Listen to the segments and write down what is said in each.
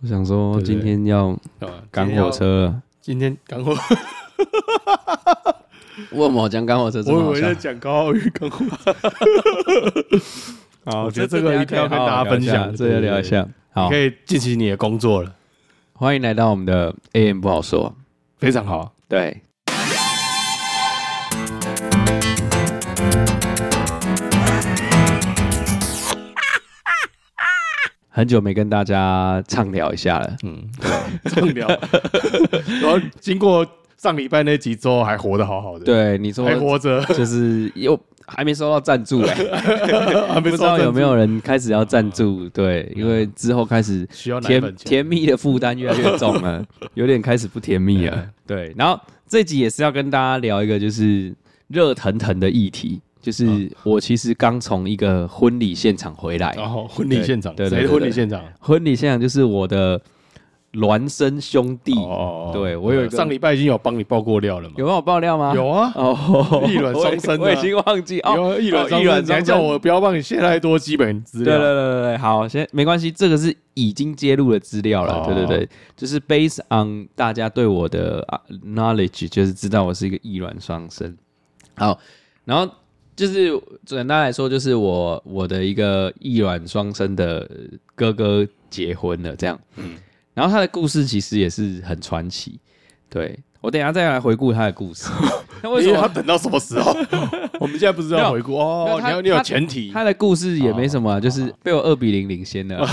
我想说对今不对天要啊，赶火车了，今天要，今天赶火， 为什么讲赶火车这么我以好为笑在？讲高傲与赶火。 好我觉得这个一定要跟大家分享这个聊一下。好可，以进行你的工作了，欢迎来到我们的 AM 不好说。非 常好。对，很久没跟大家畅聊一下了。嗯，畅聊。然后经过上礼拜那集之后，还活得好好的，，对，你说还 活着，就是又还没收到赞助哎、还 不没知道有没有人开始要赞助？对，因为之后开始啊需要奶甜粉钱？甜蜜的负担越来越重 了，有点开始不甜蜜了。对，然后这集也是要跟大家聊一个就是热腾腾的议题，啊就是我其实刚从一个婚礼现场回来，然后婚礼现场，对对对谁的对婚礼现场？婚礼现场就是我的孪生兄弟，哦对我有一个上礼拜已经有帮你爆过料了嘛？有帮我爆料吗？有啊，哦，一卵双生 啊我已我已经忘记哦，有一卵哦双一生，卵你还双叫生我不要帮你泄太多基本资对料。对对对对，好，先没关系，这个是已经揭露了资料了，哦对对对，就是 based on 大家对我的啊 knowledge，就是知道我是一个异卵双生。好，然后就是简单来说，就是我我的一个异卵双生的哥哥结婚了，这样，嗯，然后他的故事其实也是很传奇，对我等一下再来回顾他的 故事，那为什因为么他等到什么时候？ 我们现在不是要回顾没有哦，他你要你有他前提，他的故事也没什哦么啊，就是被我二比零领先 了，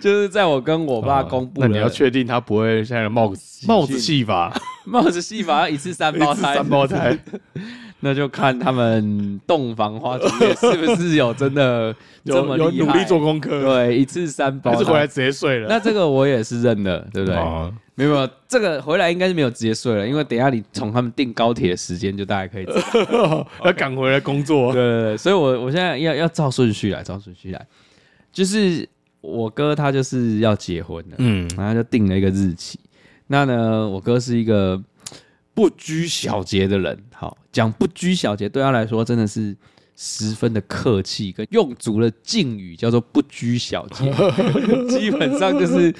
就是在我跟我爸公布哦那你要了确定他不会现在帽子帽子戏法，帽子戏法一次三胞一次胎，三胞胎， 那就看他们洞房花烛夜是不是有真 的这么有有厉努害力做功课，对一次三胞还是回来胎。直接睡了？那这个我也是认的，对不对？哦没有没有，这个回来应该是没有直接睡了，因为等一下你从他们订高铁的时间就大概可以知道要赶回来工作 对，对对，所以我我现在要要照顺序来，照顺序来，就是我哥他就是要结婚了，嗯，然后他就定了一个日期。那呢，我哥是一个不拘小节的人，好讲不拘小节，对他来说真的是十分的客气，跟用足了敬语叫做不拘小 节，基本上就是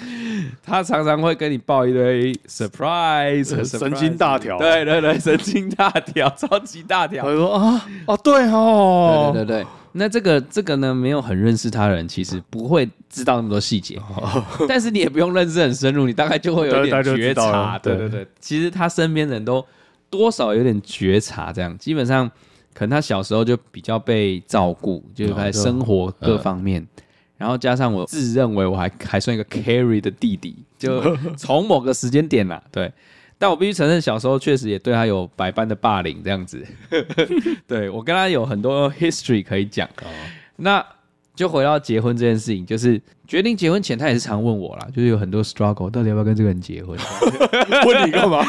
他常常会跟你爆一堆 surprise，神经大条对对对，神经大条， 超级大条他，就说啊哦对哦，对对对对。那这个这个呢，没有很认识他的人，其实不会知道那么多细节， 但是你也不用认识很深入，你大概就会有大点家就觉知道察。了对对对对，其实他身边的人都多少有点觉察，这样基本上可能他小时候就比较被照顾，就是在生活各方面。嗯然后加上我自认为我还还算一个 carry 的弟 弟，就从某个时间点啦、对。但我必须承认，小时候确实也对他有百般的霸凌这样子。 对我跟他有很多 history 可以讲。哦那就回到结婚这件事情，就是决定结婚前，他也是常问我啦，就是有很多 struggle，到底要不要跟这个人结婚？问你干嘛？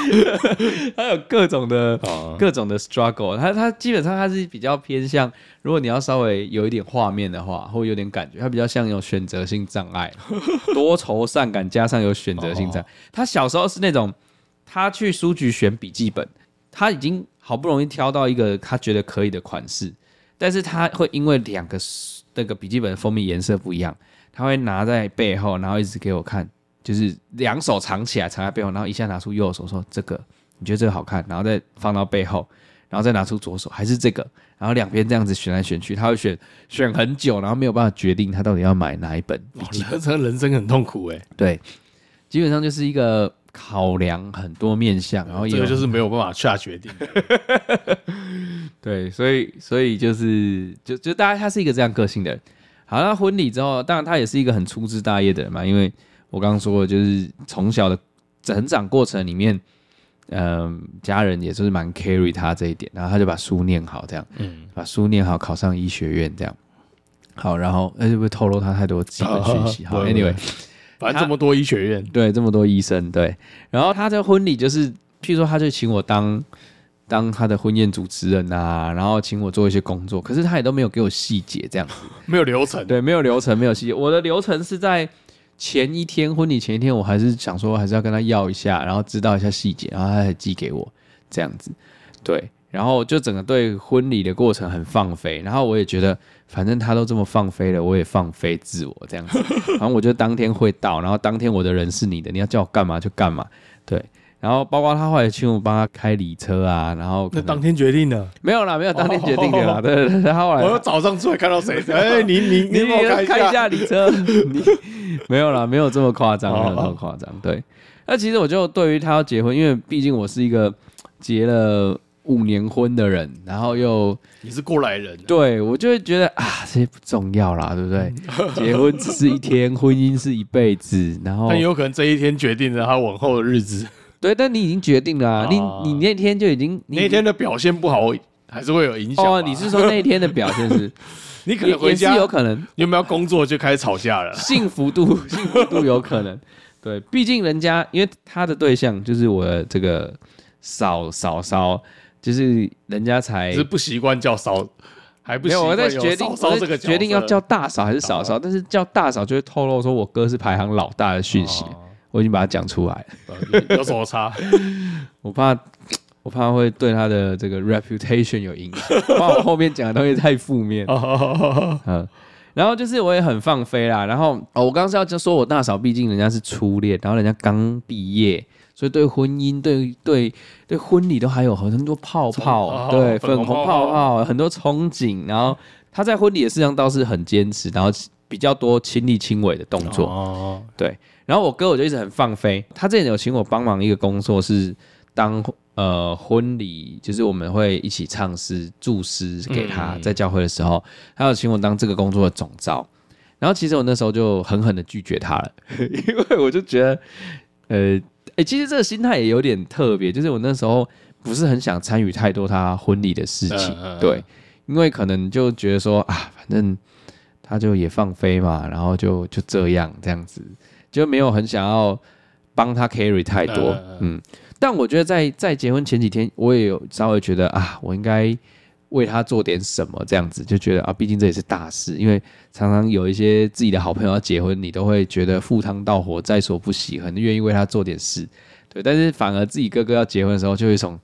他有各种的哦各种的 struggle，他他基本上他是比较偏向，如果你要稍微有一点画面的话，或有点感觉，他比较像有选择性障碍，多愁善感加上有选择性障碍。他小时候是那种，他去书局选笔记本，他已经好不容易挑到一个他觉得可以的款式，但是他会因为两个 s- 那个笔记本封面颜色不一样，他会拿在背后，然后一直给我看，就是两手藏起来，藏在背后，然后一下拿出右手说这个你觉得这个好看，然后再放到背后，然后再拿出左手，还是这个，然后两边这样子选来选去，他会选选很久，然后没有办法决定他到底要买哪一本笔记人生人生很痛苦哎，对，基本上就是一个考量很多面向，然后也这有个就是哦没有办法下决定的，对，所以所以就是就就大家他是一个这样个性的人。好，那婚礼之后，当然他也是一个很粗枝大叶的人嘛，因为我刚刚说的就是从小的成长过程里面，嗯、家人也就是蛮 carry 他这一点，然后他就把书念好，这样，嗯，把书念好，考上医学院这样。好，然后那就不会透露他太多基本讯息。好不会不会，anyway，反正这么多医学院，对，这么多医生，对。然后他在婚礼就是，譬如说，他就请我当当他的婚宴主持人啊，然后请我做一些工作，可是他也都没有给我细节，这样子。没有流程，对，没有流程，没有细节。我的流程是在前一天婚礼前一天，我还是想说还是要跟他要一下，然后知道一下细节，然后他才寄给我这样子。对，然后就整个对婚礼的过程很放飞，然后我也觉得，反正他都这么放飞了，我也放飞自我这样子。然后我就当天会到，然后当天我的人是你的，你要叫我干嘛就干嘛，对。然后包括他后来请我帮他开礼车啊，然后可那能当天哦决定的。没有啦，没有当天决定的啦，对对对，他后来我又早上出来看到谁？哎，你你你你帮我看看一一下。下你车， 你没有啦，没有这么夸哦张，没有这么夸张。对，那其实我就对于他要结婚，因为毕竟我是一个结了五年婚的人，然后又你是过来人，啊对我就会觉得啊，这些不重要啦，对不 对？结婚只是一天，婚姻是一辈子，然后但也有可能这一天决定了他往后的日子。对，但你已经决定了、啊，哦你你那天就已经你那天的表现不好，还是会有影响吧。哦，你是说那一天的表现是你 可也能回也是家有可能。有没有工作就开始吵架了。幸福 度，幸福度有可能。对，毕竟人家因为他的对象就是我的这个嫂嫂嫂，就是人家才是不习惯叫嫂，还不哎没习有惯我在有决定嫂嫂我这在个角色啊决定要叫大嫂还是嫂嫂，但是叫大嫂就会透露说我哥是排行老大的讯息，哦我已经把它讲出来了，呃有有什 么差？我怕。我怕会对他的这个 reputation 有影响，怕我后面讲的东西太负面。哦嗯，然后就是我也很放飞啦。然后哦，我刚刚是要就说我大嫂，毕竟人家是初恋，然后人家刚毕业，所以对婚姻、对对对婚礼都还有很多泡泡，哦对粉粉红红泡泡泡泡很多憧憬。然后她在婚礼的事上倒是很坚持，然后比较多亲力亲为的动作。哦，对，然后我哥我就一直很放飞，他之前有请我帮忙一个工作是当呃婚礼，就是我们会一起唱诗、祝诗给他，嗯在教会的时候，他有请我当这个工作的总招。然后其实我那时候就狠狠的拒绝他了， 因为我就觉得，呃，哎、其实这个心态也有点特别，就是我那时候不是很想参与太多他婚礼的事情，嗯嗯嗯对，因为可能就觉得说啊，反正他就也放飞嘛，然后就就这样这样子，就没有很想要帮他 carry 太多，嗯嗯嗯。但我觉得在在结婚前几天，我也有稍微觉得啊，我应该为他做点什么，这样子就觉得啊，毕竟这也是大事。因为常常有一些自己的好朋友要结婚，你都会觉得赴汤蹈火，在所不惜，很愿意为他做点事。对，但是反而自己哥哥要结婚的时候，就有一种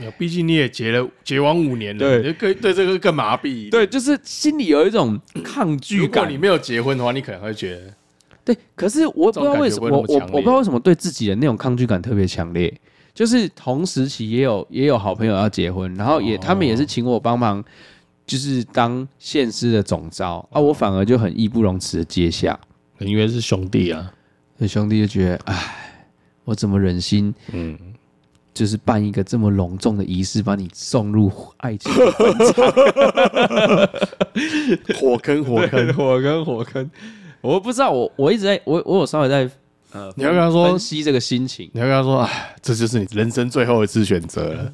没有毕竟你也结了，结完五年了，对你就更对这个更麻痹。，对，就是心里有一种抗拒如果感你。没有结婚的话，你可能会觉得嗯对，可是我不知道为什这么，我种我感觉不会那么强烈我不知道为什么对自己的那种抗拒感特别强烈。就是同时期也有也有好朋友要结婚，然后也、哦他们也是请我帮忙，就是当现师的总招啊，我反而就很义不容辞的接下。因为是兄弟啊，所以兄弟就觉得，哎，我怎么忍心嗯，就是办一个这么隆重的仪式，把你送入爱情的坟火坑火 坑。火坑火坑？我不知道，我我一直在我我有稍微在呃，你要跟他说分析这个心情。你要跟他说，哎，这就是你人生最后一次选择了。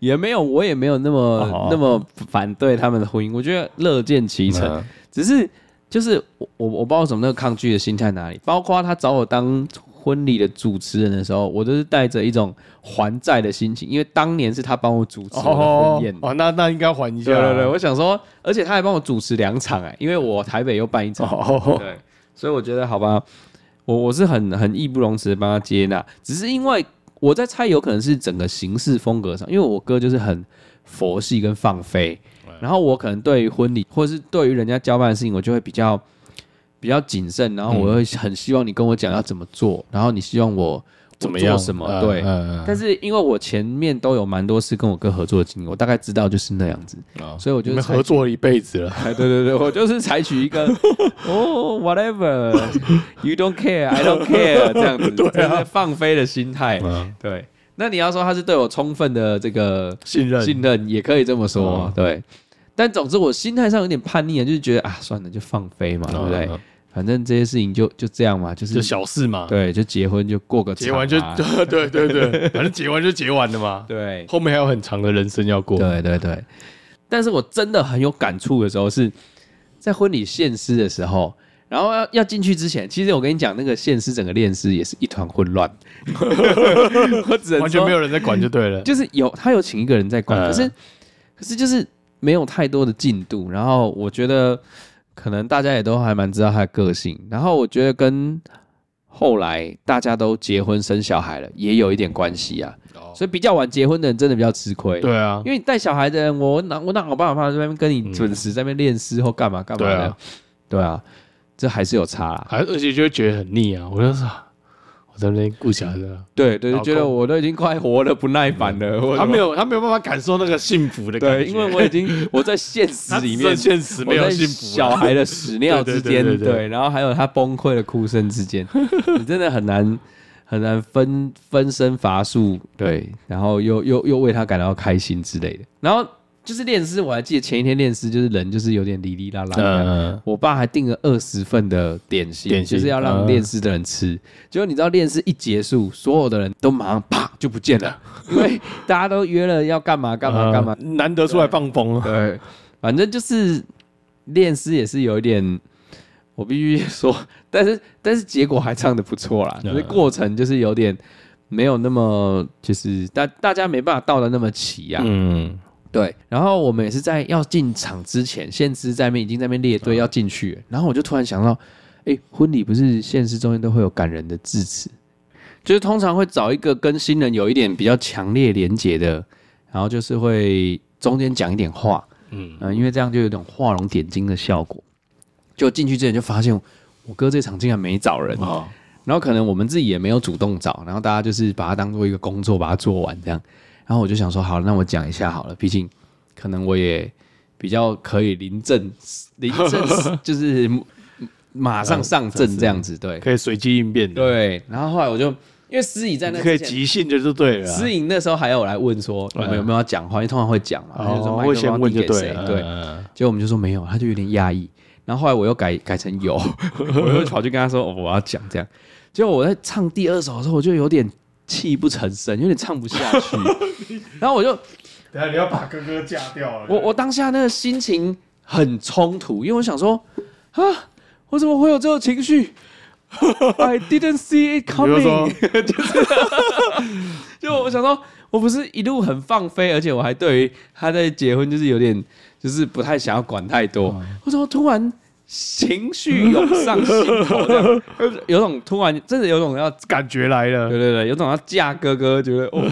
也没有，我也没有那么、哦那么反对他们的婚姻，我觉得乐见其成。嗯只是就是我我我不知道怎么那个抗拒的心态哪里，包括他找我当婚礼的主持人的时候，我都是带着一种还债的心情，因为当年是他帮我主持我的哦婚宴。哦，那那应该缓一下。对对对，我想说，而且他还帮我主持两场哎、因为我台北又办一场，哦，对，所以我觉得好吧，我我是很很义不容辞的帮他接纳，只是因为我在猜，有可能是整个形式风格上，因为我哥就是很佛系跟放飞，然后我可能对于婚礼或是对于人家交办的事情，我就会比较比较谨慎，然后我会很希望你跟我讲要怎么做，然后你希望我怎么样？做什么嗯对嗯但是因为我前面都有蛮多次跟我哥合作的经历，我大概知道就是那样子，嗯所以我你就们采合作了一辈子了。 哎，对对对，我就是采取一个哦，whatever，you don't care，I don't care 这样子，对、放飞的心态。啊嗯对，那你要说他是对我充分的这个信任，信任，也可以这么说，嗯对。但总之，我心态上有点叛逆啊，就是觉得啊，算了，就放飞嘛，对不对？嗯？反正这些事情就就这样嘛，就就是小事嘛，对，就结婚就过个结场完就啊 对对对，反正结完就结完了嘛，对后面还有很长的人生要过。对对对，但是我真的很有感触的时候是在婚礼献诗的时候，然后要要进去之前，其实我跟你讲，那个献诗整个练诗也是一团混 乱，我只能完全没有，有人在管就对了。就是有他有请一个人在管，嗯可是可是就是没有太多的进度，然后我觉得可能大家也都还蛮知道他的个性，然后我觉得跟后来大家都结婚生小孩了，也有一点关系啊。哦所以比较晚结婚的人真的比较吃亏。对啊嗯因，为你带小孩的人，我哪我哪有办法在那边跟你准时在那边练诗或干嘛干嘛对的啊？对啊，这还是有差啦。还而且就会觉得很腻啊。我就是我在那边顾小孩啊的，对对，老就公觉得我都已经快活得不耐烦了。我他没有他没有办法感受那个幸福的感对，觉，因为我已经我在现实他里只剩面现实没我有在幸福啊小孩的屎尿之间，对对对对对对，然后还有他崩溃的哭声之间， 你真的很难很难分分身乏术，对，然后又又又为他感到开心之类的。然后就是练诗，我还记得前一天练诗，就是人就是有点哩哩啦啦这样。嗯，我爸还订了二十份的点心，点心嗯就是要让练诗的人吃。结果你知道练诗一结束，所有的人都马上啪就不见 了，因为大家都约了要干嘛干嘛啊干嘛，嗯难得出来放风啊，对，反正就是练诗也是有一点，我必须说，但是但是结果还唱的不错啦，嗯就是过程就是有点没有那么就是大大家没办法到的那么齐啊呀、嗯，对，然后我们也是在要进场之前，现师在那边已经在那边列队要进去了，然后我就突然想到，哎，婚礼不是现师中间都会有感人的致辞，就是通常会找一个跟新人有一点比较强烈连结的，然后就是会中间讲一点话，嗯、因为这样就有种画龙点睛的效果。就进去之前就发现，我哥这场竟然没找人，哦，然后可能我们自己也没有主动找，然后大家就是把它当做一个工作，把它做完这样。然后我就想说，好，那我讲一下好了，毕竟可能我也比较可以临阵临阵，就是马上上阵这样子，对可以随机应变的，对。然后后来我就因为思颖在那可以之前，即兴的就对了啊，思颖那时候还有来问说我们有没有要讲话，因为通常会讲嘛，他就说哦麦克风会先要问递就给对谁了，对。嗯结果我们就说没有，他就有点压抑。然后后来我又改改成有， 我又跑去跟他说、哦我要讲这样。结果我在唱第二首的时候，我就有点泣不成声，有点唱不下去。然后我就等下你要把哥哥嫁掉了我我当下那个心情很冲突，因为我想说啊，我怎么会有这种情绪？I didn't see it 比如 coming 说。就我想说，我不是一路很放飞，而且我还对于他在结婚就是有点，就是不太想要管太多。嗯我怎么突然情绪涌上心头，这样有种突然真的有种要，感觉来了对，对对，有种要嫁哥哥，觉得哦，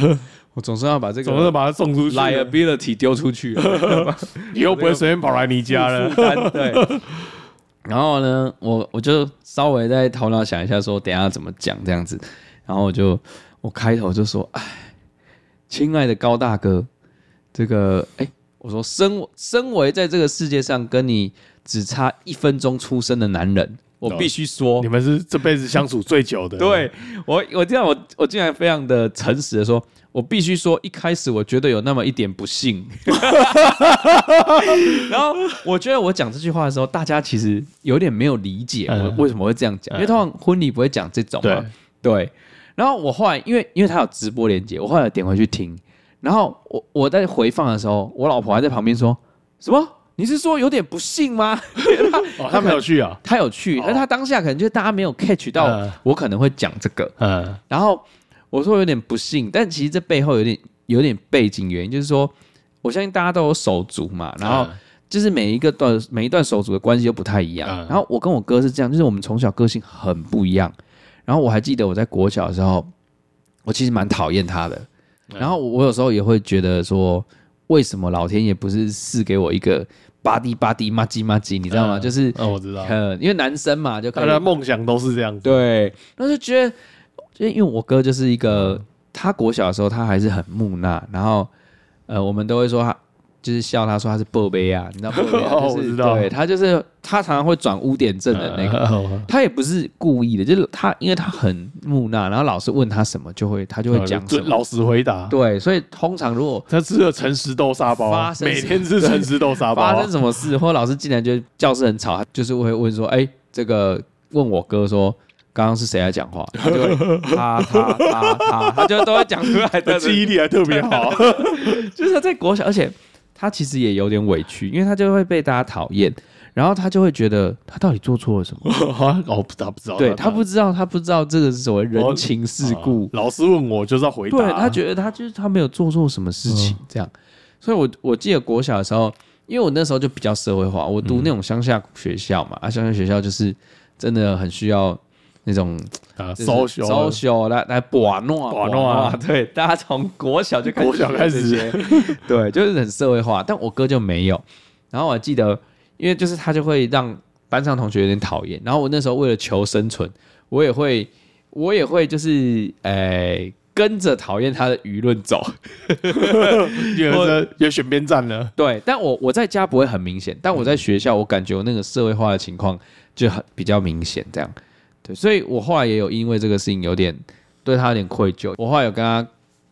我总是要把这总是个把他送出去了， liability 丢出去啊了。以后不会随便跑来你家了负。担对。然后呢，我我就稍微在头脑想一下，说等一下怎么讲这样子。然后我就我开头就说：“哎，亲爱的高大哥，这个哎，我说身身为在这个世界上跟你只差一分钟出生的男人，我必须说你，们是这辈子相处最久的，对我我这样我我竟然非常的诚实的说，我必须说，一开始我觉得有那么一点不幸， 然后我觉得我讲这句话的时候，大家其实有点没有理解嗯我为什么会这样讲，因为通常婚礼不会讲这种嘛对，对。然后我后来因为因为他有直播连接，我后来点回去听，然后我我在回放的时候，我老婆还在旁边说什么？你是说有点不幸吗？ 哦，他没有去啊，他有去，而他当下可能就大家没有 catch 到嗯我可能会讲这个，嗯，然后我说有点不幸，但其实这背后有点有点背景原因，就是说我相信大家都有手足嘛，嗯然后就是每一个段每一段手足的关系都不太一样。嗯然后我跟我哥是这样，就是我们从小个性很不一样。然后我还记得我在国小的时候，我其实蛮讨厌他的。嗯然后我有时候也会觉得说，为什么老天爷不是赐给我一个吧唧吧唧嘛唧嘛唧，你知道吗？嗯就是嗯，我知道，呃，因为男生嘛，就可大能家梦想都是这样子，对，那就觉得，就因为我哥就是一嗯个，他国小的时候他还是很木讷，然后呃，我们都会说他就是笑他说他是波贝啊，你知道波 贝啊，哦就我是知道对他就是他常常会转污点嗯症的那个。个，他也不是故意的，就是他，因为他很木讷，然后老师问他什么，就会他就会讲什对么。哦老实回答。对，所以通常如果他吃了诚实豆沙包啊发，生每天吃诚实豆沙包发啊 生，什么事，或老师进来就教室很吵，他就是会问说：“哎、这个问我哥说，刚刚是谁在讲话？”他就会他他他他，他就都会讲出来他的。记忆力还特别好。 就是他在国小，而且他其实也有点委屈，因为他就会被大家讨厌，然后他就会觉得他到底做错了什么？哦，不知道，不知道，对他不知道，他不知道这个是所谓人我情世故。啊老师问我就是要回答，嗯对他觉得他就是他没有做错什么事情，这样。所以我我记得国小的时候，因为我那时候就嗯比较社会化，我读那种乡下学校嘛，啊，乡下学校就是真的很需要那种啊就是，social social 来来把弄把弄啊 对，大家从国小就开始国小开始学这 些，对，就是很社会化。但我哥就没有。然后我还记得，因为就是他就会让班上同学有点讨厌。然后我那时候为了求生存，我也会，我也会就是，呃，跟着讨厌他的舆论走。有的有选边站了，对，但我我在家不会很明显，但我在学校，我感觉我那个社会化的情况就很比较明显，这样。对，所以我后来也有因为这个事情有点对他有点愧疚，我后来有跟他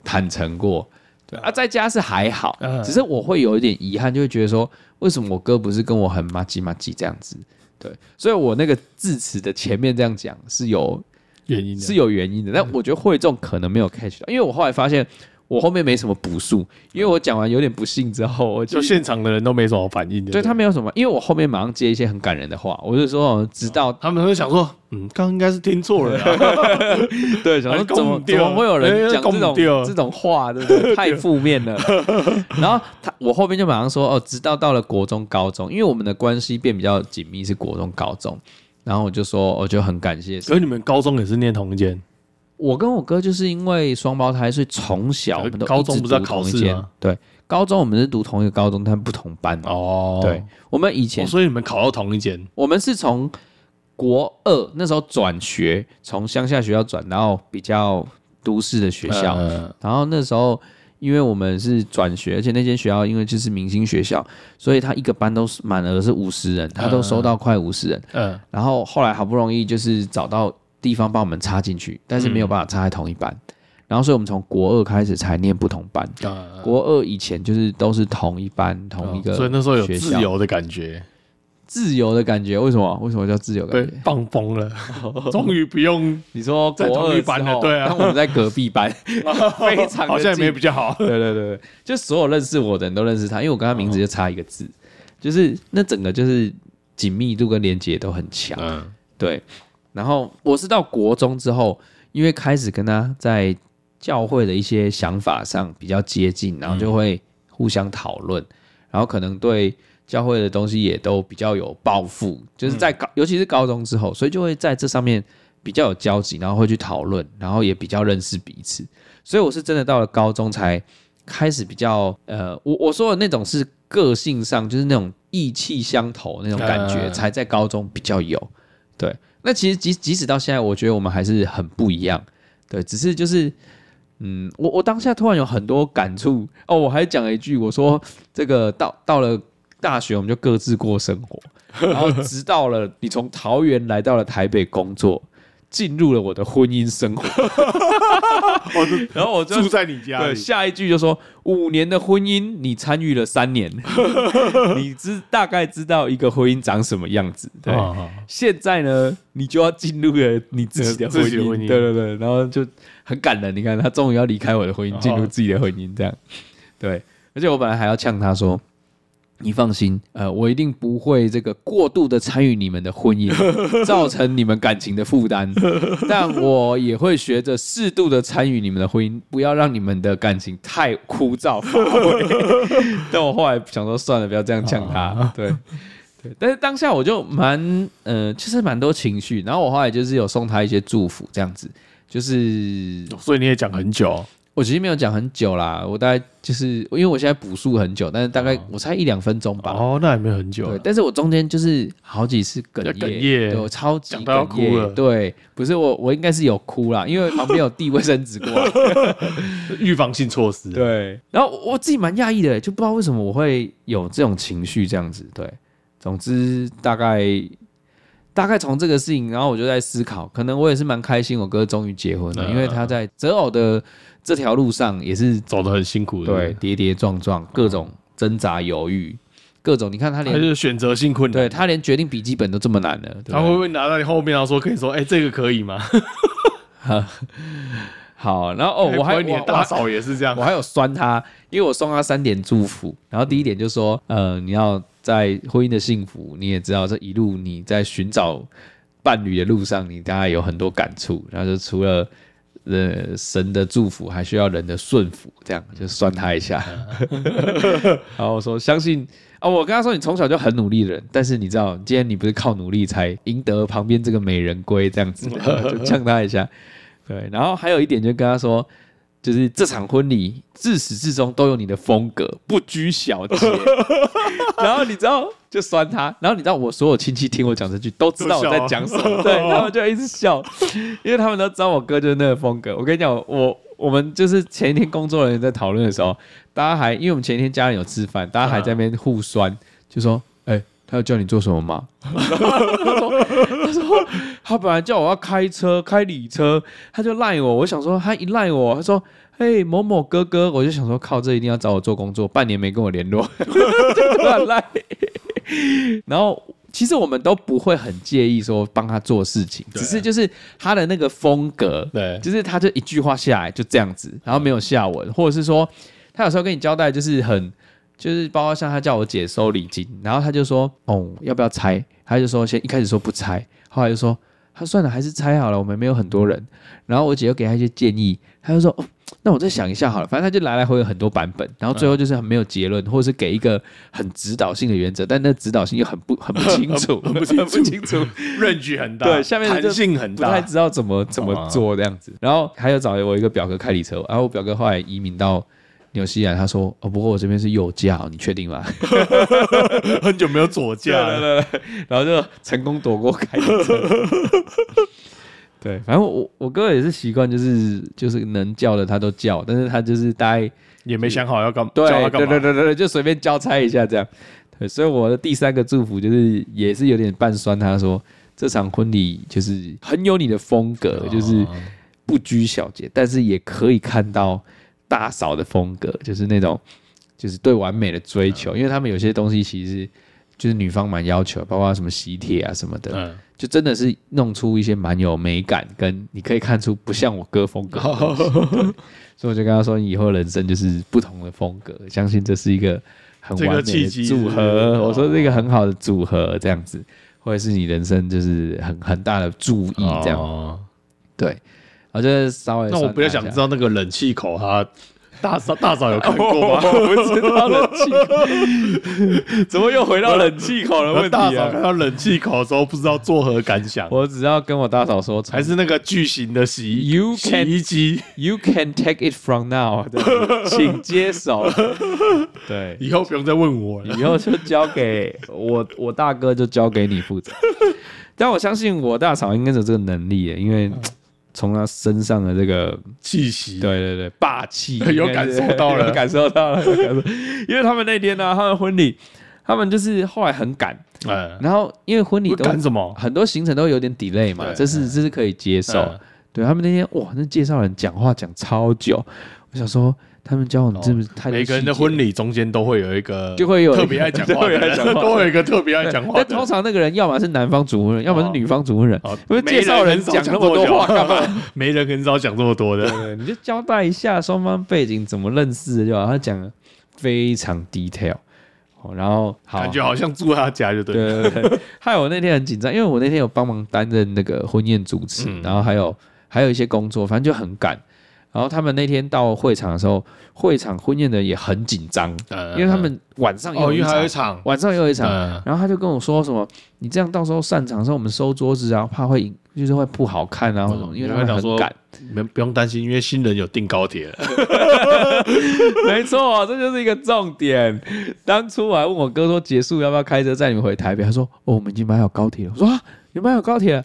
坦诚过。对啊，在家是还好，嗯只是我会有一点遗憾，就会觉得说，为什么我哥不是跟我很麻吉麻吉这样子？对，所以我那个致辞的前面这样讲是有原因啊是有原因的，但我觉得会众可能没有 catch 到，因为我后来发现我后面没什么补数，因为我讲完有点不幸之后，我就现场的人都没什么反应的，对他没有什么，因为我后面马上接一些很感人的话，我就说哦直到、他们会想说，嗯，刚刚应该是听错了啊啦，对，想还说讲哎怎么怎不 对么会有人哎讲讲这不种对这种话，对 不对？太负面了。然后他我后面就马上说哦，直到到了国中、高中，因为我们的关系变比较紧密，是国中、高中。然后我就说，我就很感谢 可是你们高中也是念同一间，我跟我哥就是因为双胞胎，所以从小我们都高中一直不是要读考同一试间吗？对，高中我们是读同一个高中，但不同班。哦对，我们以前哦所以你们考到同一间，我们是从国二那时候转学，从乡下学校转到比较都市的学校，嗯然后那时候。因为我们是转学，而且那间学校因为就是明星学校，所以他一个班都是满额是五十人，他都收到快五十人。嗯，然后后来好不容易就是找到地方帮我们插进去，但是没有办法插在同一班。然后所以我们从国二开始才念不同班。啊国二以前就是都是同一班同一个学校，哦所以那时候有自由的感觉，自由的感觉。为什么？为什么叫自由对感觉？，放风了， 终于不 用，你说在国同二一班之的后对啊但我们在隔壁 班，非常的好像也没近比较好，对对对，对就所有认识我的人都认识他，因为我跟他名字就差一个字，就是那整个就是紧密度跟连接都很强。嗯，对，然后我是到国中之后，因为开始跟他在教会的一些想法上比较接近，然后嗯就会互相讨论，然后可能对教会的东西也都比较有抱负，就是在高，尤其是高中之后，所以就会在这上面比较有交集，然后会去讨论，然后也比较认识彼此。所以我是真的到了高中才开始比较呃，我我说的那种是个性上，就是那种意气相投那种感觉，嗯才在高中比较有。对，那其实即即使到现在，我觉得我们还是很不一样。对，只是就是。嗯，我我当下突然有很多感触哦，我还讲了一句，我说这个到到了大学，我们就各自过生 活，然后直到了你从桃园来到了台北工作，进入了我的婚姻生活， 然后我就住在你家对，里，下一句就说五年的婚姻，你参与了三 年，你知大概知道一个婚姻长什么样子。对，哦哦现在呢，你就要进入了你自己的婚自己的姻。婚姻对对对，然后就很感人。你看，他终于要离开我的婚姻，哦进入自己的婚姻，这样。对，而且我本来还要呛他说。你放心，呃，我一定不会这个过度的参与你们的婚姻，造成你们感情的负担。但我也会学着适度的参与你们的婚姻，不要让你们的感情太枯燥乏味。但我后来想说，算了，不要这样呛他。对，对，但是当下我就蛮呃，其实蛮多情绪。然后我后来就是有送他一些祝福，这样子。就是所以你也讲很久，我其实没有讲很久啦，我大概就是因为我现在补数很久，但是大概我才一两分钟吧。哦，那也没有很久对，，但是我中间就是好几次哽要咽，哽咽对我超级讲到要哽咽哭了对，不是我，我应该是有哭啦，因为旁边有递卫生纸过 来。预防性措施，对，然后我我自己蛮讶异的，就不知道为什么我会有这种情绪这样子。对，总之大概大概从这个事情，然后我就在思考，可能我也是蛮开心，我哥终于结婚了，嗯因为他在择偶的这条路上也是走得很辛苦，对不，跌跌撞撞，各种挣扎犹豫，各种你看他还连是选择性困难对。他连决定笔记本都这么难了，对不对他会不会拿到你后面，然后说跟你说，哎、这个可以吗？好，然后哦， 我还你的我大我嫂也是这样我，还有酸他，因为我送他三点祝福，然后第一点就说，呃，你要在婚姻的幸福，你也知道这一路你在寻找伴侣的路上，你大概有很多感触，然后就除了呃神的祝福，还需要人的顺服，这样就酸他一 下。然后我说相信啊、我跟他说你从小就很努力的人，但是你知道今天你不是靠努力才赢得旁边这个美人归这样子， 就呛他一下。对，然后还有一点就跟他说。就是这场婚礼自始至终都有你的风格，不拘小节。 然后你知道就酸他，然后你知道我所有亲戚听我讲这句都知道我在讲什么，对，他们就一直笑，因为他们都知道我哥就是那个风格。我跟你讲，我我们就是前一天工作人员在讨论的时候，大家还因为我们前一天家人有吃饭，大家还在那边互酸，就说：“哎、他要叫你做什么吗？”然后他说：“他说他本来叫我要开车，开礼车，他就赖我。我想说，他一赖我，他说。”嘿，某某哥哥，我就想说，靠，这一定要找我做工作，半年没跟我联络， 就突然赖。然后其实我们都不会很介意说帮他做事情，对只是就是他的那个风格，对就是他就一句话下来就这样子，然后没有下文，或者是说他有时候跟你交代就是很。就是包括像他叫我姐收礼金，然后他就说哦要不要拆，他就说先一开始说不拆，后来就说他算了还是拆好了，我们没有很多人。然后我姐又给他一些建议，他就说哦那我再想一下好了，反正他就来来回回很多版本，然后最后就是很没有结论，或者是给一个很指导性的原则，但那指导性又很不很不清楚， 很不清楚很不清 楚， range 很大，对下面的就弹性很不太大，知道怎么怎么做这样子。然后还有找我一个表哥开礼车，然后我表哥后来移民到纽西兰，他说：“哦，不过我这边是右驾，你确定吗很久没有左？”对驾对了。对对，然后就成功躲过开礼车。对，反正我我哥也是习惯，就是就是能叫的他都叫，但是他就是大概也没想好要干，对叫他干对嘛对对对，对就随便交差一下这样。对，所以我的第三个祝福就是也是有点半酸，他说这场婚礼就是很有你的风格，就是不拘小节，但是也可以看到大嫂的风格，就是那种就是对完美的追嗯求，因为他们有些东西其实就是女方蛮要求，包括什么喜帖啊什么的，嗯，就真的是弄出一些蛮有美感，跟你可以看出不像我哥风格的哦东西。对所以我就跟他说，以后人生就是不同的风格，相信这是一个很完美这个契的机嗯组是不是合。我说这个很好的组合，这样子，或者是你人生就是很很大的注意 这样。哦对，我就稍微那我比较想知道那个冷气口，他 大嫂大嫂有看过吗？哦我不 知道冷气口，怎么又回到冷气口的问大题嫂啊看？到冷气口的时候，不知道作何感想？我只要跟我大嫂说，还是那个巨型的洗 You 衣 can- 洗衣机， You can take it from now，这样子请接手。对， 以后不用再问我了。以后就交给我，我大哥就交给你负责。但我相信我大嫂应该是有这个能力耶，因为从她身上的这个，气息嗯对，对对，霸气有感受到 了有感受到了，有感受。因为他们那天呢、他们婚礼，他们就是后来很赶，嗯，然后因为婚礼你都干什么？很多行程都有点 delay 嘛，对这是这是可以接受。嗯对他们那天哇，那介绍人讲话讲超久，我想说他们交往哦是不是太多每个人的细节了婚礼中间都会有一个，就会有特别爱讲话 特别的爱人，讲话都会有一个特别爱讲话 但的通人。常那个人要么是男方主婚人，要么是女方主婚人，哦因为介绍人讲那么多 话干嘛？嘛？没人很少讲这么多的。对你就交代一下双方背景怎么认识的就好。他讲得非常 detail，哦，然后好感，觉好像住他家就对了。对对 对对，害我那天很紧张，因为我那天有帮忙担任那个婚宴主持，嗯然后还有还有一些工作，反正就很赶。然后他们那天到会场的时候，会场婚宴的也很紧张，嗯因为他们晚上哦，有因一为还有场一，场，晚上有一场，嗯然后他就跟我说什么，你这样到时候散场的时候我们收桌子啊，怕会影就是会不好看啊，或者什么，嗯因为他你会们想很说赶。你们不用担心，因为新人有订高铁 了。 没错，这就是一个重点。当初我还问我哥说结束要不要开车载你们回台北，他说哦我们已经买好高铁了。我说啊，你买好高 铁了？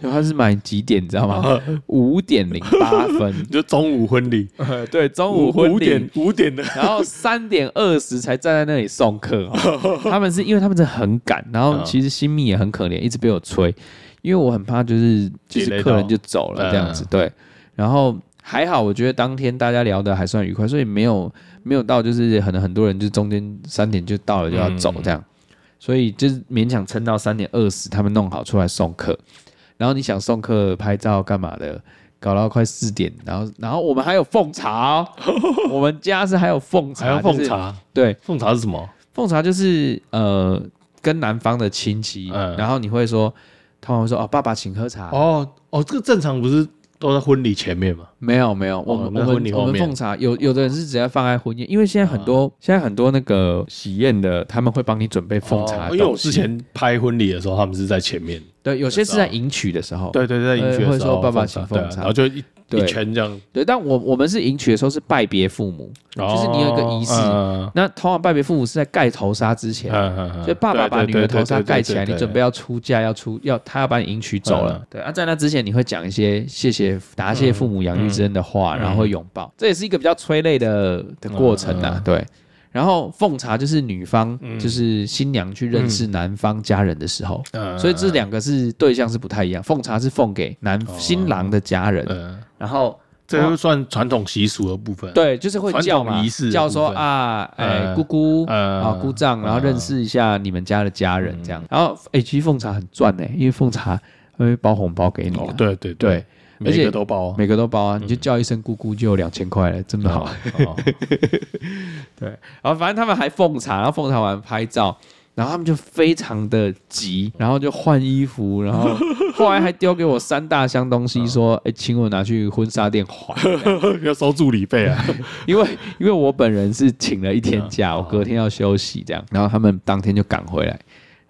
然后他是买几点你知道 吗？五点零八分。就中午婚礼， 对，中午五婚点礼。五点的，然后三点二十才站在那里送客、哦，他们是因为他们真的很赶，然后其实新密也很可怜，一直被我催，因为我很怕就是就累是到客人就走了这样子，对。然后还好，我觉得当天大家聊得还算愉快，所以没有没有到就是可能很多人就中间三点就到了就要走这样，所以就是勉强撑到三点二十，他们弄好出来送客。然后你想送客拍照干嘛的，搞到快四点，然后然后我们还有奉茶、 哦，我们家是还有奉 茶，还要奉就是，茶。对，奉茶是什么？奉茶就是呃跟男方的亲戚，嗯然后你会说，他们会说哦，爸爸请喝茶，哦哦，这个正常不是都在婚礼前面嘛，没有没有，我们、哦那我婚礼们后我们面嗯奉茶有有的人是直接放在婚宴，因为现在很多、现在很多那个喜宴的，他们会帮你准备奉茶的东西、哦因为我之前拍婚礼的时候，他们是在前面，对有些是在迎娶的时候，对对，在呃迎娶会的时说候，爸爸奉请对啊奉茶然后就一对一圈这样，对，但我我们是迎娶的时候是拜别父母，就是你有一个仪式哦嗯 那通常拜别父母是在盖头纱之前，嗯嗯嗯就爸爸把对女对儿头纱对对盖起来，对对你对准备要出嫁，要出要他要把你迎娶走了嗯。对啊，在那之前你会讲一些谢谢答谢父母养育之恩的话，嗯然后会拥抱，这也是一个比较催泪的的过程嗯啊嗯。对，然后奉茶就是女方嗯就是新娘去认识男方家人的时候，嗯所以这两个是对象是不太一样。奉茶是奉给男哦新郎的家人，嗯，然后这就算传统习俗的部分。，对就是会叫传嘛统仪式，的叫说部分啊，哎嗯姑姑，啊呃，嗯姑丈，然后认识一下你们家的家人这样。然后，哎、其实奉茶很赚呢、因为奉茶会包红包给你、哦啊，对对对，每而且个都包啊，每个都包啊，你就叫一声姑姑就有两千块了，真的好。 哦，然后反正他们还奉茶，然后奉茶完拍照。然后他们就非常的急，然后就换衣服，然后后来还丢给我三大箱东 嗯西，说：“哎，请我拿去婚纱店还，哦要收助理费啊。 因为因为我本人是请了一天嗯假，我哦隔天要休息这样。”然后他们当天就赶回来，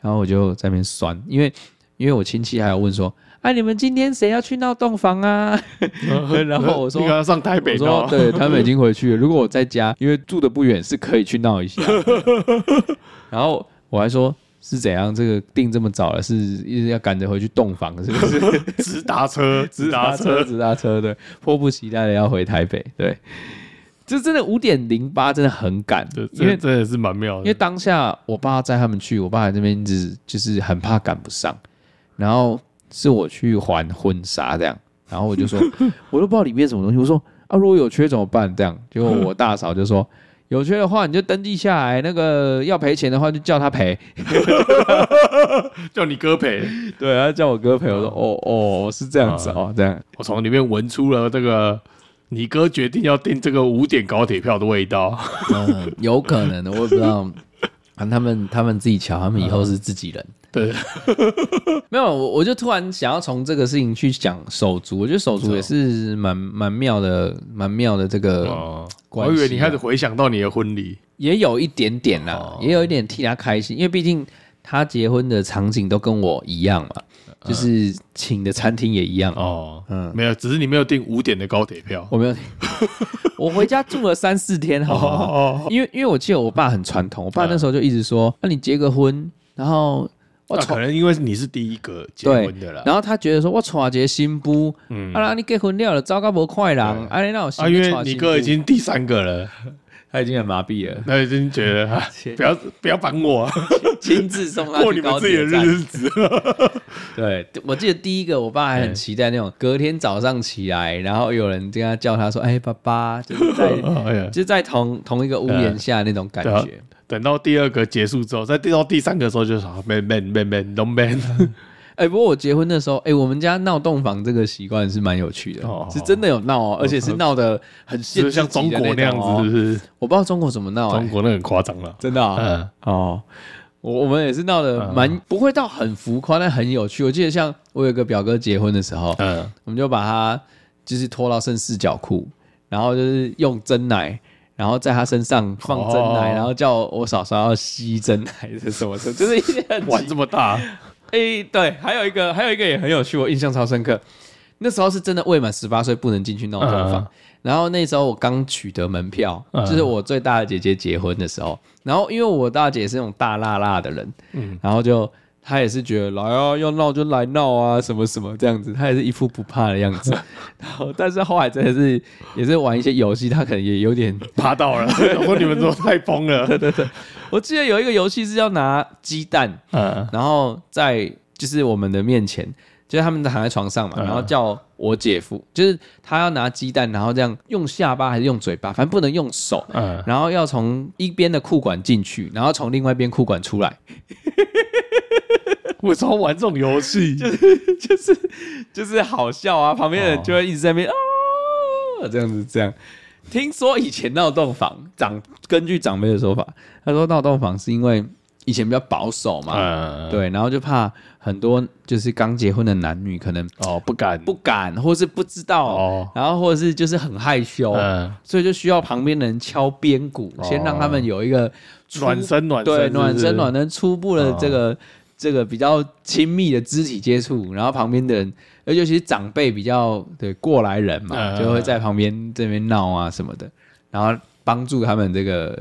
然后我就在那边酸，因为因为我亲戚还有问说：“哎，你们今天谁要去闹洞房啊？” 然后我说嗯 你。要上台北我的说哦，对，他们已经回去了。如果我在家，因为住的不远，是可以去闹 一下。然后我还说是怎样，这个订这么早了，是一直要赶着回去洞房，是不是？直达车，直达车，直达车，对，迫不及待的要回台北，对。这真的五点零八，真的很赶这，因为这真的是蛮妙因为的。当下我爸载他们去，我爸在那边一直就是很怕赶不上，然后是我去还婚纱这样，然后我 就说，我都不知道里面什么东西，我说啊，如果有缺怎么办？这样，结果我大嫂就说。 有缺的话你就登记下来，那个要赔钱的话就叫他 赔。叫你哥陪，对，他叫我哥赔。我啊说哦哦，是这样子哦，这样。我从里面闻出了这个你哥决定要订这个五点高铁票的味道。嗯，有可能的，我也不知道。啊，他们他们自己瞧，他们以后嗯是自己人。对，没有，我我就突然想要从这个事情去讲手足，我觉得手足也是蛮蛮妙的，蛮妙的这个、哦，关我系啊以为你开始回想到你的婚礼，也有一点点啦，哦也有一点替他开心，因为毕竟他结婚的场景都跟我一样嘛，就是请的餐厅也一样。嗯哦，嗯嗯，没有，只是你没有订五点的高铁票。我没 有，我回家住了三四天，好哦不好？哦，因为因为我记得我爸很传统，我爸那时候就一直说，那、你结个婚，然后我那从可能因为你是第一个结对婚的啦。然后他觉得说，我娶一个新妇，嗯啊啦，你结婚了，糟糕无快人，对啊，你那有啊，心因去娶为你新哥已妇经第三个了，他已经很麻痹 了，那已经觉得、啊、不要不要烦 我，亲自送他过去你高们自己的铁站。日子。对，我记得第一个，我爸还很期待那种隔天早上起来，然后有人跟他叫他说：“哎，爸爸，就是在 哎呀，就是在同同一个屋檐下那种感觉。等到第二个结束之后，再到第三个的时候就说 man man man man no man，” 哎，不过我结婚的时候，哎，我们家闹洞房这个习惯是蛮有趣的哦，是真的有闹哦，而且是闹的很限就制是像级中的国那样种哦子，是不是？我不知道中国怎么闹，哎中国那很夸张了。真的啊。嗯，哦，我我们也是闹得蛮、不会到很浮夸，但很有趣。我记得像我有个表哥结婚的时候， 嗯，我们就把他就是脱到剩四角裤，然后就是用真奶。然后在他身上放真奶，哦然后叫我嫂嫂要吸真奶是什么的，就是一些很玩这么大，诶、对，还有一个，还有一个也很有趣，我印象超深刻。那时候是真的未满十八岁不能进去闹洞房，嗯然后那时候我刚取得门票，嗯就是我最大的姐姐结婚的时候，然后因为我大姐是那种大辣辣的人，嗯然后就她也是觉得来啊，要闹就来闹啊，什么什么这样子，她也是一副不怕的样 子。然后但是后来真的是也是玩一些游戏，她可能也有点爬到 了。我说你们怎么太疯了？我记得有一个游戏是要拿鸡蛋，嗯，然后在就是我们的面前，就是他们躺在床上嘛，嗯然后叫我姐夫，就是他要拿鸡蛋，然后这样用下巴还是用嘴巴，反正不能用手，嗯然后要从一边的裤管进去，然后从另外一边裤管出来，为什么玩这种游戏？就是好笑啊！旁边的人就会一直在那边、啊，这样子这样。听说以前闹洞房，长根据长辈的说法，他说闹洞房是因为以前比较保守嘛，嗯，对，然后就怕很多就是刚结婚的男女可能哦，不敢，不敢，或是不知道，哦然后或者是就是很害羞，嗯，所以就需要旁边的人敲边鼓，哦先让他们有一个初暖身暖身，对是哦不是暖身暖身初步的这个、这个比较亲密的肢体接触，然后旁边的人，尤其是长辈比较对过来人嘛，嗯就会在旁边这边闹啊什么的，然后帮助他们这个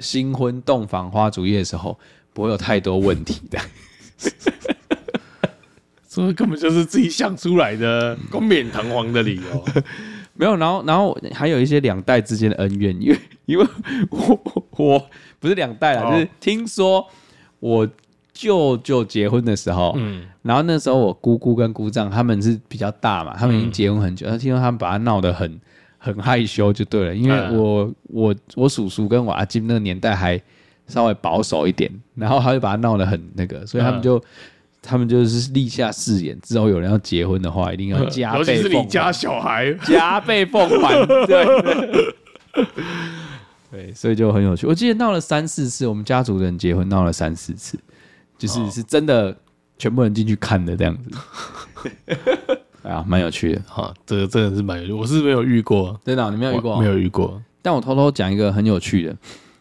新婚洞房花烛夜的时候不会有太多问题的。这根本就是自己想出来 的冠冕堂皇的理由。没有，然后然后还有一些两代之间的恩怨，因为 因为我我我不是两代啦，哦就是听说我舅舅结婚的时候，嗯，然后那时候我姑姑跟姑丈他们是比较大嘛，他们已经结婚很久，嗯但听说他们把他闹得很很害羞就对了，因为嗯我、我我叔叔跟我阿金那个年代还稍微保守一点，然后他就把他闹得很那个，所以他们嗯就。他们就是立下誓言，之后有人要结婚的话，一定要加倍嗯尤其是你奉还家小孩，加倍奉还，对对，所以就很有趣。我记得闹了三四次，我们家族的人结婚闹了三四次，就是是真的全部人进去看的这样子，啊，蛮有趣的。 啊，这个真的是蛮有趣，我是没有遇过，真的哦、你没有遇过我哦？没有遇过。但我偷偷讲一个很有趣的，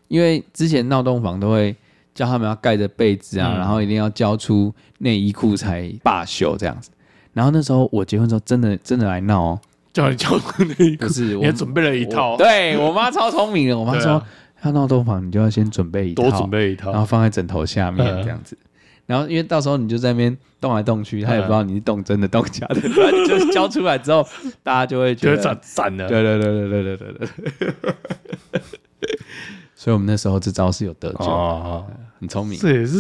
因为之前闹洞房都会叫他们要盖着被子啊，嗯然后一定要交出内衣裤才罢休这样子。然后那时候我结婚之后，真的真的来闹哦，叫你叫那一可个，是我你还准备了一我套，对我妈超聪明的，我妈对说、啊要闹洞房，你就要先准备一套，多准备一然后套，放在枕头下面嗯这样子。然后因为到时候你就在那边动来动去，他也嗯不知道你是动真的动假的，然后你就交出来之 后，大家就会觉就会得攒，攒了。对对对对对对对对对。 所以我们那时候这招是有得救，哦，很聪明，这也是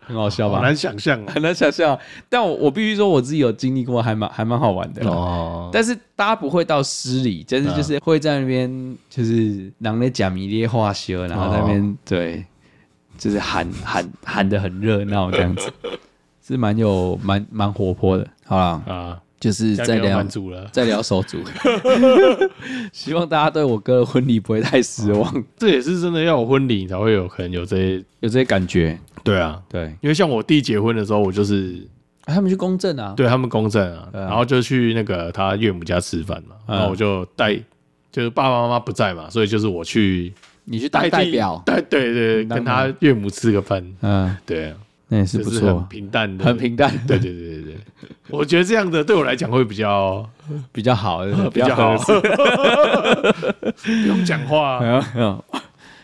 很好笑好吧？难想象哦 很难想象，但我我必须说我自己有经历过，还蛮还蛮好玩的啦。哦。但是大家不会到失礼，但是就是会在那边就是让那假迷咧化修，然后在那边、对，就是喊喊喊的很热闹这 样子，是蛮有蛮蛮活泼的。好啦，啊，就是家在里要聊满足了，在聊手 足，希望大家对我哥的婚礼不会太失望，这也是真的要有婚礼才会有可能有这些。有这些感觉。对啊，对，因为像我弟结婚的时候，我就是啊他们去公证啊，对他们公证啊，对啊然后就去那个他岳母家吃饭嘛，嗯然后我就带，就是爸爸妈妈不在嘛，所以就是我去你去当替代表，对对对，你当跟他岳母吃个饭，嗯，对啊，那也是就不是错很，平淡的，很。平淡， 对对对对对，我觉得这样的对我来讲会比较 比较好，嗯比较好合，适不 用讲话啊没，有没有，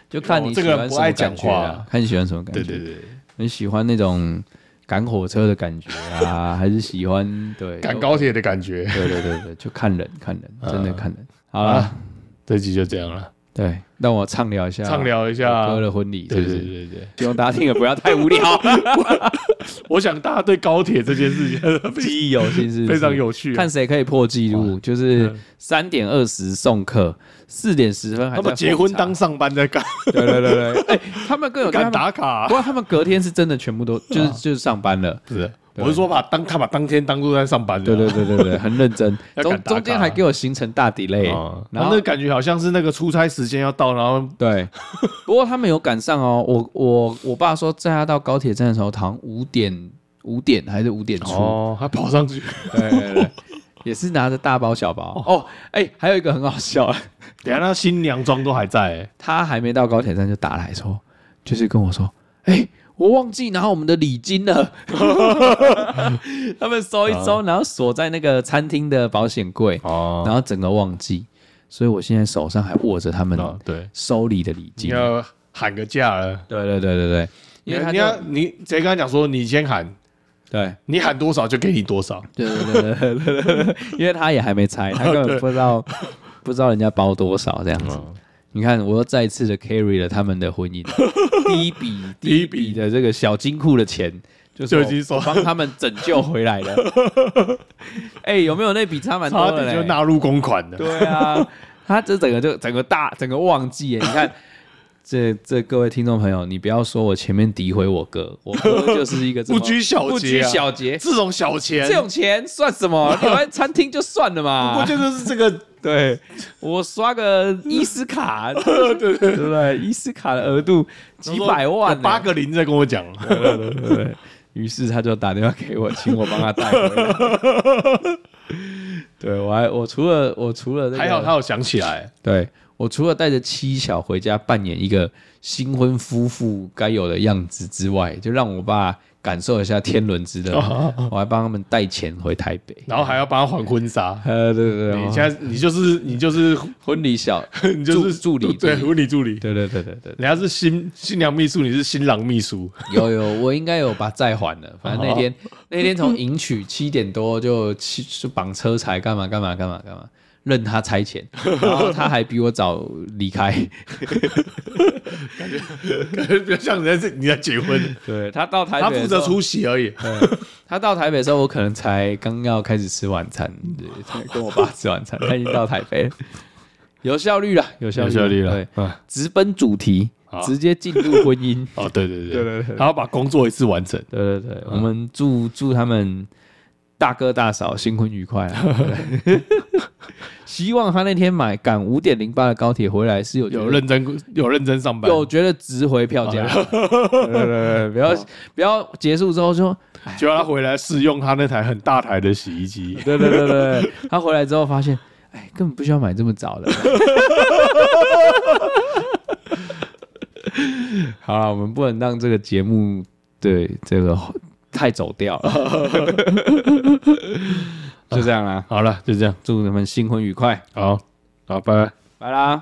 就看你我喜哦这欢个什不么爱感讲觉话啊，看你喜欢什么感觉。对对 对，你喜欢那种赶火车的感觉啊，还是喜欢对赶？啊高铁的感觉。对对对对，就看人看人，真的看人。好好了啦，这集就这样了，对，啊让我畅聊一下，畅聊一下我。哥的婚礼，是对不对是？对对，希望大家听了不要太无 聊，啊我想大家对高铁这件事 情记忆犹新是不是非常有趣啊，看谁可以破纪录，就是三点二十送客，四点十分还他在们结婚奉茶当上班在 干，对对对对，哎，他们更有他敢们，打卡、啊不过他们隔天是真的全部都就是就是上班了。不是，对我是说把当他把当天当做在上班的啊，对对对对对，很认真。 要中赶打卡中间还给我行程大 delay，、啊，然然后 后那感觉好像是那个出差时间要到，然后对。不过他们有赶上哦，我我我爸说载他到高铁站的时候，好像五点五点还是五点出，哦，还跑上去，对对对，也是拿着大包小包哦。哎、还有一个很好笑， 等一下那新娘妆都还在、欸，他还没到高铁站就打来说，就是跟我说，哎、我忘记拿我们的礼金了， 他们收一收，然后锁在那个餐厅的保险柜，哦，然后整个忘记，所以我现在手上还握着他们哦，对，收礼的礼你金。要喊个价了，对对对对对，因为他你就要你直接跟他讲说，你先喊，对你喊多少就给你多少，对对对对对对对，因为他也还没拆，他根本不知 道不知道人家包多少这样子。你看，我又再一次的 carry 了他们的婚 姻，第一笔第第一一笔笔的这个小金库的钱，就是就我已经收我帮他们拯救回来了。 哎，有没有那笔差蛮多差的点嘞？就纳入公款的，对啊，他这整个就整个大整个忘记耶。你 看，这这各位听众朋友，你不要说我前面诋毁我哥，我哥就是一个 这么不拘小节啊不拘小节，这种小钱， 这种钱算什么？留在餐厅就算了不过嘛。 就是这个对我刷个伊斯 卡，对对对，伊斯卡的额度几百万有呢，八个零在跟我讲，对对对对于是他就打电话给我，请我帮他带回来。 对我还我除了我除了、那个、还好他有想起来，对我除了带着妻小回家扮演一个新婚夫妇该有的样子之外，就让我爸感受一下天伦之 乐。我还帮他们带钱回台北。然后还要帮他还婚纱。呃，对对对，你现在你就是你就是婚礼 小，你就是助助理对助理婚礼助理，对对对对对，人家是新新娘秘书，你是新郎秘书， 有有，我应该有把债还 了。反正那天那天从迎娶七点多就去就绑车财，干嘛干嘛干嘛干嘛，任他差 遣，然后他还比我早离开。感觉比较像人家是你在结婚，哎对嗯他到台他北的负时候，责出席而已。 他到台北的时候，我可能才刚要开始吃晚餐，对，才跟我爸吃晚餐，他已经到台北了。有效率了， 有效率，啊对，嗯直奔主题好，直接进入婚姻。哦，对对对对对对然后把工作一次完成。 对对 对，我们祝祝他们大哥大嫂新婚愉快啊！ 对希望他那天买赶五点零八的高铁回来是有觉得有认真有认真上班，有觉得值回票价。 对对对，对不要不要结束之后说，。就让他回来试用他那台很大台的洗衣机对对对对，对他回来之后发现，哎，根本不需要买这么早的。 好了，我们不能让这个节目对这个太走掉了，就这样啦。 好了，就这样，祝你们新婚愉快，好，好，拜拜。拜啦。